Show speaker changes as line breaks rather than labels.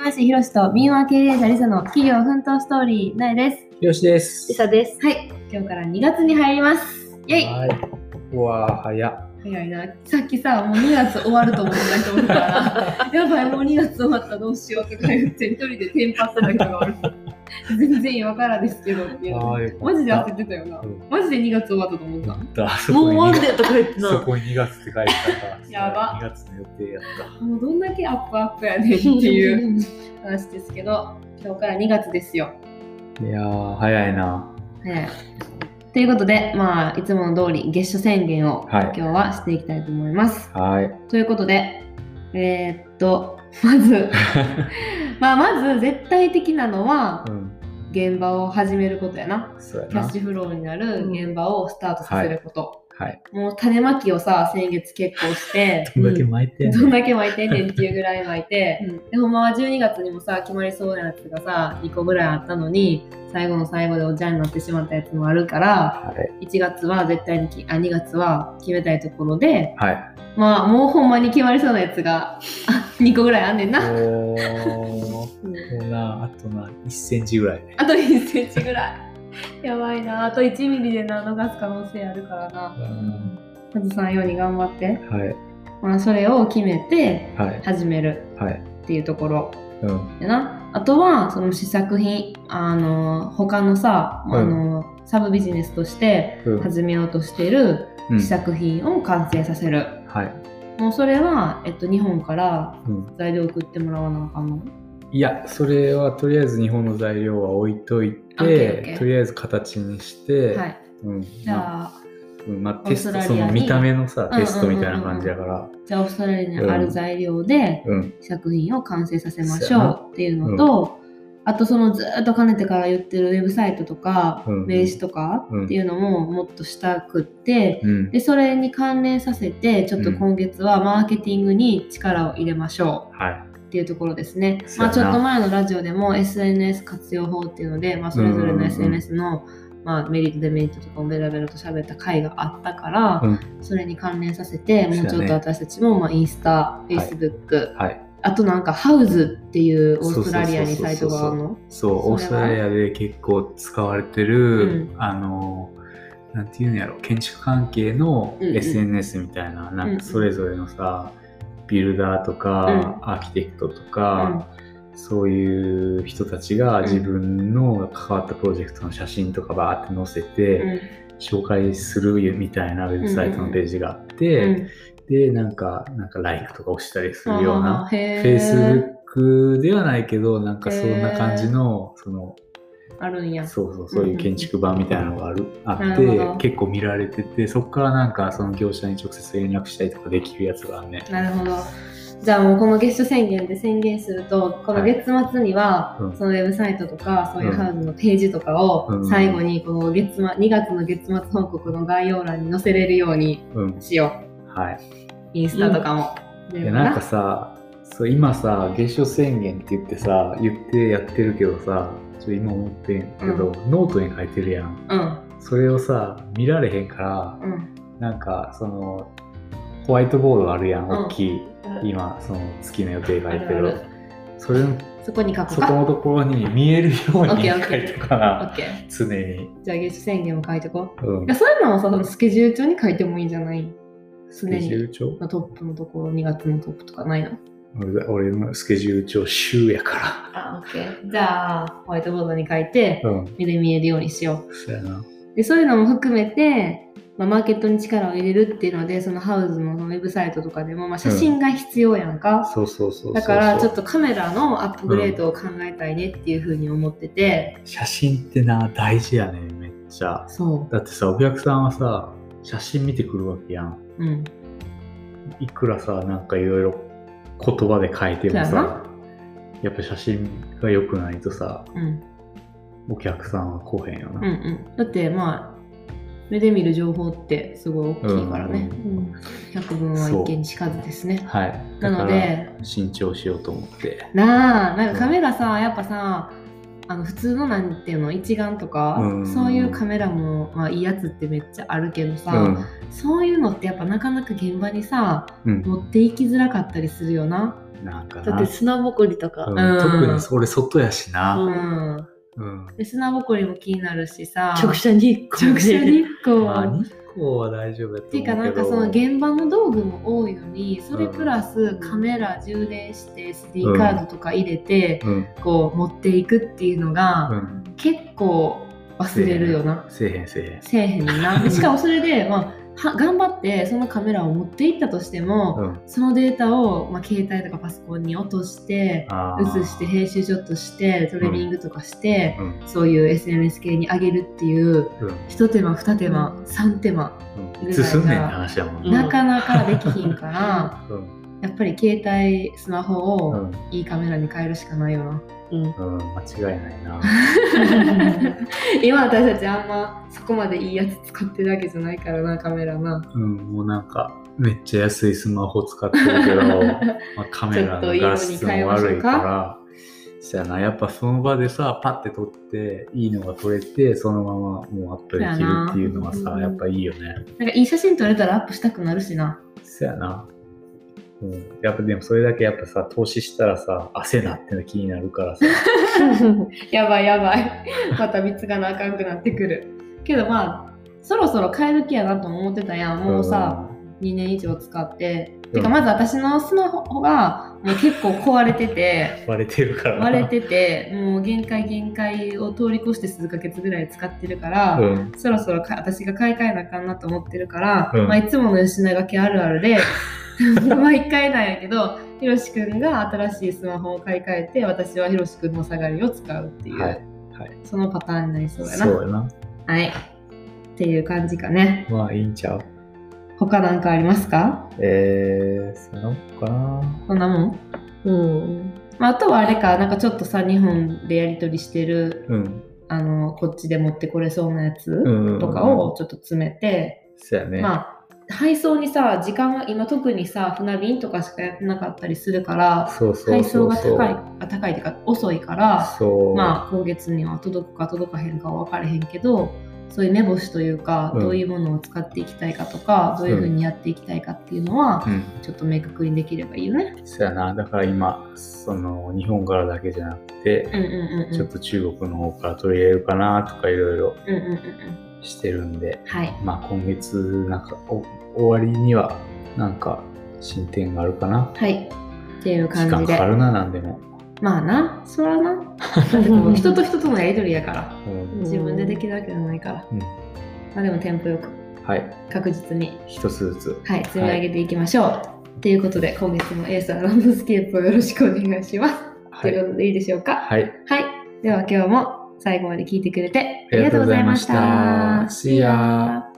まして、ひろしと敏腕経営者リサの企業奮闘ストーリー、なえです。
ひろしです。
リサです。
はい、今日から2月に入ります。イェイ
はーい。うわー、早っ。
早いな。さっきさ、もう2月終わると思ってないと思った から、やばい、もう2月終わった、どうしようとか言って、一人でテンパってた人がおる。全然今からですけどっていうの
あーよかった
マジで焦ってたよな
うん。
マジで2月終わったと思った。
だそ
もう
こに
終わんねんとか言って
そ
な。
こに2月って書いてたから。
やば
2月の予定やっ
もうどんだけアップアップやねんっていう話ですけど、今日から2月ですよ。
た。いやー、早いな。
はい。ということで、まあ、いつもの通り月初宣言を
はい
今日はしていきたいと思います。
はい。
ということで、えーっと、ま ず、まあ、まず絶対的なのは
うん。
現場を始めることやな。
そうや
キャ
な
ッシ。ュフローになる現場をスタートさせること。
はい。
もう種まきをさ、先月結構して、
どんだけ巻いてんの
どんだけ巻いてんねんっていうぐらい巻いて、
うん
でほんまは12月にもさ決まりそうなやつがさ2個ぐらいあったのに最後の最後でおじゃんになってしまったやつもあるから
はい。
1月は絶対にきあ2月は決めたいところで
はい。
まあもうほんまに決まりそうなやつが2 個ぐらいあんねんな、
お ー。もうな、あとな、1センチぐらいね。
あと1センチぐらい やばいなあと1ミリでな逃す可能性あるからな
うん。
カズさんように頑張って、
はい。
まあ、それを決めて
はい。
始める
はい。
っていうところ
うん。
やなあとはその試作品あの他のさ、
うん
あのサブビジネスとして
うん
始めようとしている
うん
試。作品を完成させる、
はい。
もうそれは、えっと、日本から
うん。
材料送ってもらわなあかんの
いや、それはとりあえず日本の材料は置いとい
オッケーオッケ
て
ー、
とりあえず形にして、
はい
うん。
じゃあ
うんまあ、
オ
テ
ー
ス
ス
ト
トラリア
そ
に
の見た目のさ
うんうんうんうん
テストみたいな感じだから
じゃあオーストラリアにある材料で
うん
試作品を完成させまし
そうやな
ょうっていうのと、あとそのずっとかねてから言ってるウェブサイトとか、
うんうん
名刺とかっていうのももっとしたくって、
うん
でそれに関連させてちょっと今月はマーケティングに力を入れましょ
は
うっていうところですね、
そう
まあ、
やな
ちょっと前のラジオでも SNS 活用法っていうので、まあ、それぞれ
うんうんう
の
ん
SNS の、まあ、メリットデメリットとかをベラベラと喋った回があったから、
うん
それに関連させてもうち
そう
ょっ
やね
と私たちも、まあ、インスタ
い
Facebook
いはい
あとなんかハウズっていうオーストラリアに
そう
サ
そう
イト
そうそう
があるの
そ
それは
うオーストラリアで結構使われてる、
う
あのなんていうんやろ建築関係の
うんうん
SNS みたいな,、
う
なん
うんん
かそれぞれのさビルダーとか、アーキテクトとか、そういう人たちが自分の関わったプロジェクトの写真とかバーって載せて、
うん
紹介するみたいなウェブサイトのページがあって、
うん
で、なんか、なんか、ライクとか押したりするよう
あ
な、
ーへ
Facebook ではないけど、なんかそんな感じの、その、
あるんや
そうそう、そういう建築版みたいなのがある、あっ
なるほど
て、結構見られてて、そこからなんか、その業者に直接連絡したりとかできるやつがあるね。
なるほど。じゃあもうこの月初宣言で宣言するとこの月末には
はいうん
そのウェブサイトとかそういううんハウスのページとか
う
を
ん
最後にこの月末2月の月末報告の概要欄に載せれるように
うん。
しよう
はい。
インスタとかも。
い
で
や、なんかさ、そう今さ、月初宣言って言ってさ、言ってやってるけどさ、ちょっと今思ってんけど、ノートに書いてるやん。
うん
それをさ見られへんから
うん
なんかそのホワイトボードあるやん
うん
大きい、今その月の予定書いて
あるあ
る
る
それの
そこに書こう
そこ
か。
のところに見えるよう
オッ
に
ケ
書
ーオッケー
いとか
オ
な
ッケー
常に、
じゃあ月初宣言も書いてこう。
うん
いや、そういうのをさそのスケジュール帳に書いてもいいんじゃない常
スケジュー
に
ル帳
まあトップのところ2月のトップとかないの
俺俺のスケジュール帳週やか
あ、オッケー。じゃあホワイトボードに書いて
らうん
目で見えるようにしよう。
そうやな
でそういうのも含めて、まあ、マーケットに力を入れるっていうのでそのハウスのウェブサイトとかでも、まあ、写真が必要やんか、
そうそうそうそうそう
だからちょっとカメラのアップグレードを考えたいねっていうふうに思ってて、
写真ってな大事やねめっちゃ
そ
だってさお客さんはさ写真見てくるわけやん
う、うん、
いくらさなんかいろいろ言葉で書いて
そ
も
うや
さやっぱ写真が良くないとさ
うん
お客さんは来へんよ
うんう
な、
んだってまあ目で見る情報ってすごい大きいからね、
う
うん百聞は一見にしかずですね
はい
な
だか
の
ら
で
慎重しようと思って
なあなんかカメラさやっぱさああの普通のなんていうの一眼とか、
うん
そういうカメラも、まあ、いいやつってめっちゃあるけどさ、
うん
そういうのってやっぱなかなか現場にさ
うん
持っていきづらかったりするよな。
なんか
だっ
な
て砂ぼこりとか、
うん
うん
特にそれ外やし
う
な、
ん、
うん
で砂ぼこりも気になるしさ
直射日光
直射日光
まあ日光は大丈夫やと思う
て
け
いう
ど
かなんかその現場の道具も多いのにそれプラスカメラ充電して SD カードとか入れて
うん
こう持っていくっていうの
う
が
ん
結構忘れるよな
せえへんせえへん
せえへんねん なしかもそれでまあは頑張ってそのカメラを持っていったとしても
うん
そのデータをまあ携帯とかパソコンに落として
あー
写して編集ちょっとしてトレミングとかして
うん
そういう SNS 系に上げるっていう
うん
一手間二手間三手間
うんいつすんねんって話やもん
うん
なかなかできひん から、
うん
やっぱり携帯、スマホ
う
を
ん
いいカメラに変えるしかないよな。
うん
うん間違いないな
今私たちあんまそこまでいいやつ使ってるわけじゃないからな、カメラ な。
うんもうなんかめっちゃ安いスマホ使ってる けど、まあ、カメラの画質も悪いからそやなやっぱその場でさパッて撮っていいのが撮れてそのままもうアップできるっていうのは
そや
さ
な
やっぱいいよね
なんかいい写真撮れたらアップしたくなるしな。
そやな。うん、やっぱでもそれだけやっぱさ投資したらさ汗なっての気になるからさ
やばいやばい。 また見つがなあかんくなってくる。けどまあ、そろそろ変える気やなとも思ってたやん。もうさ、2年以上使って。てかまず私のスマホがもう結構壊れてて。
うん割れてるから
割れててもう限界限界を通り越して数ヶ月ぐらい使ってるから、
うん
そろそろか私が買い替えなあかんなと思ってるから、
うん
まあ、いつもの吉永家あるあるで 毎回なんやけどひろしくんが新しいスマホを買い替えて私はひろしくんの下がりを使うっていう、
はい
そのパターンになりそうやな
そうやな
はいっていう感じかね
まあいいんちゃう
他なんかありますか
えー、そのかな
そんなもん、
うん
まあ、あとはあれかなんかちょっとさ日本でやり取りしてる
うん
あのこっちで持ってこれそうなやつ、
うん
とかをちょっと詰めて、
そうやね、
まあ配送にさ時間が今特にさ船便とかしかやってなかったりするから
そうそう
配送
そう
が
そう
高いあ高いっていうか遅いから
そう
まあ今月には届くか届かへんかは分かれへんけどそういう目星というか、
うん
どういうものを使っていきたいかとかどういうふうにやっていきたいかっていうのは、
うん
ちょっと明確にできればいいよね。
そうやなだから今その日本からだけじゃなくて、
うんうんうんうん
ちょっと中国の方から取り入れるかなとかいろいろ
うんうんうんうん
してるんで
はい
まあ、今月なんかお終わりにはなんか進展があるかな
はいっていう
時
感
間
じ
かか
で
るななんでも、
まあなそらな だってこう人と人とのやり取りやから。
うん
自分でできるわけじゃないから、
うん
まあ、でもテンポよく
はい
確実に、
一つずつ
はい、積み上げていきましょう、ということで今月もエースはランドスケープをよろしくお願いします、
は
という
い、
ことでいいでしょうか
はい、
はいでは今日も最後まで聞いてくれて
ありがとうございました
ありがとうございました
See ya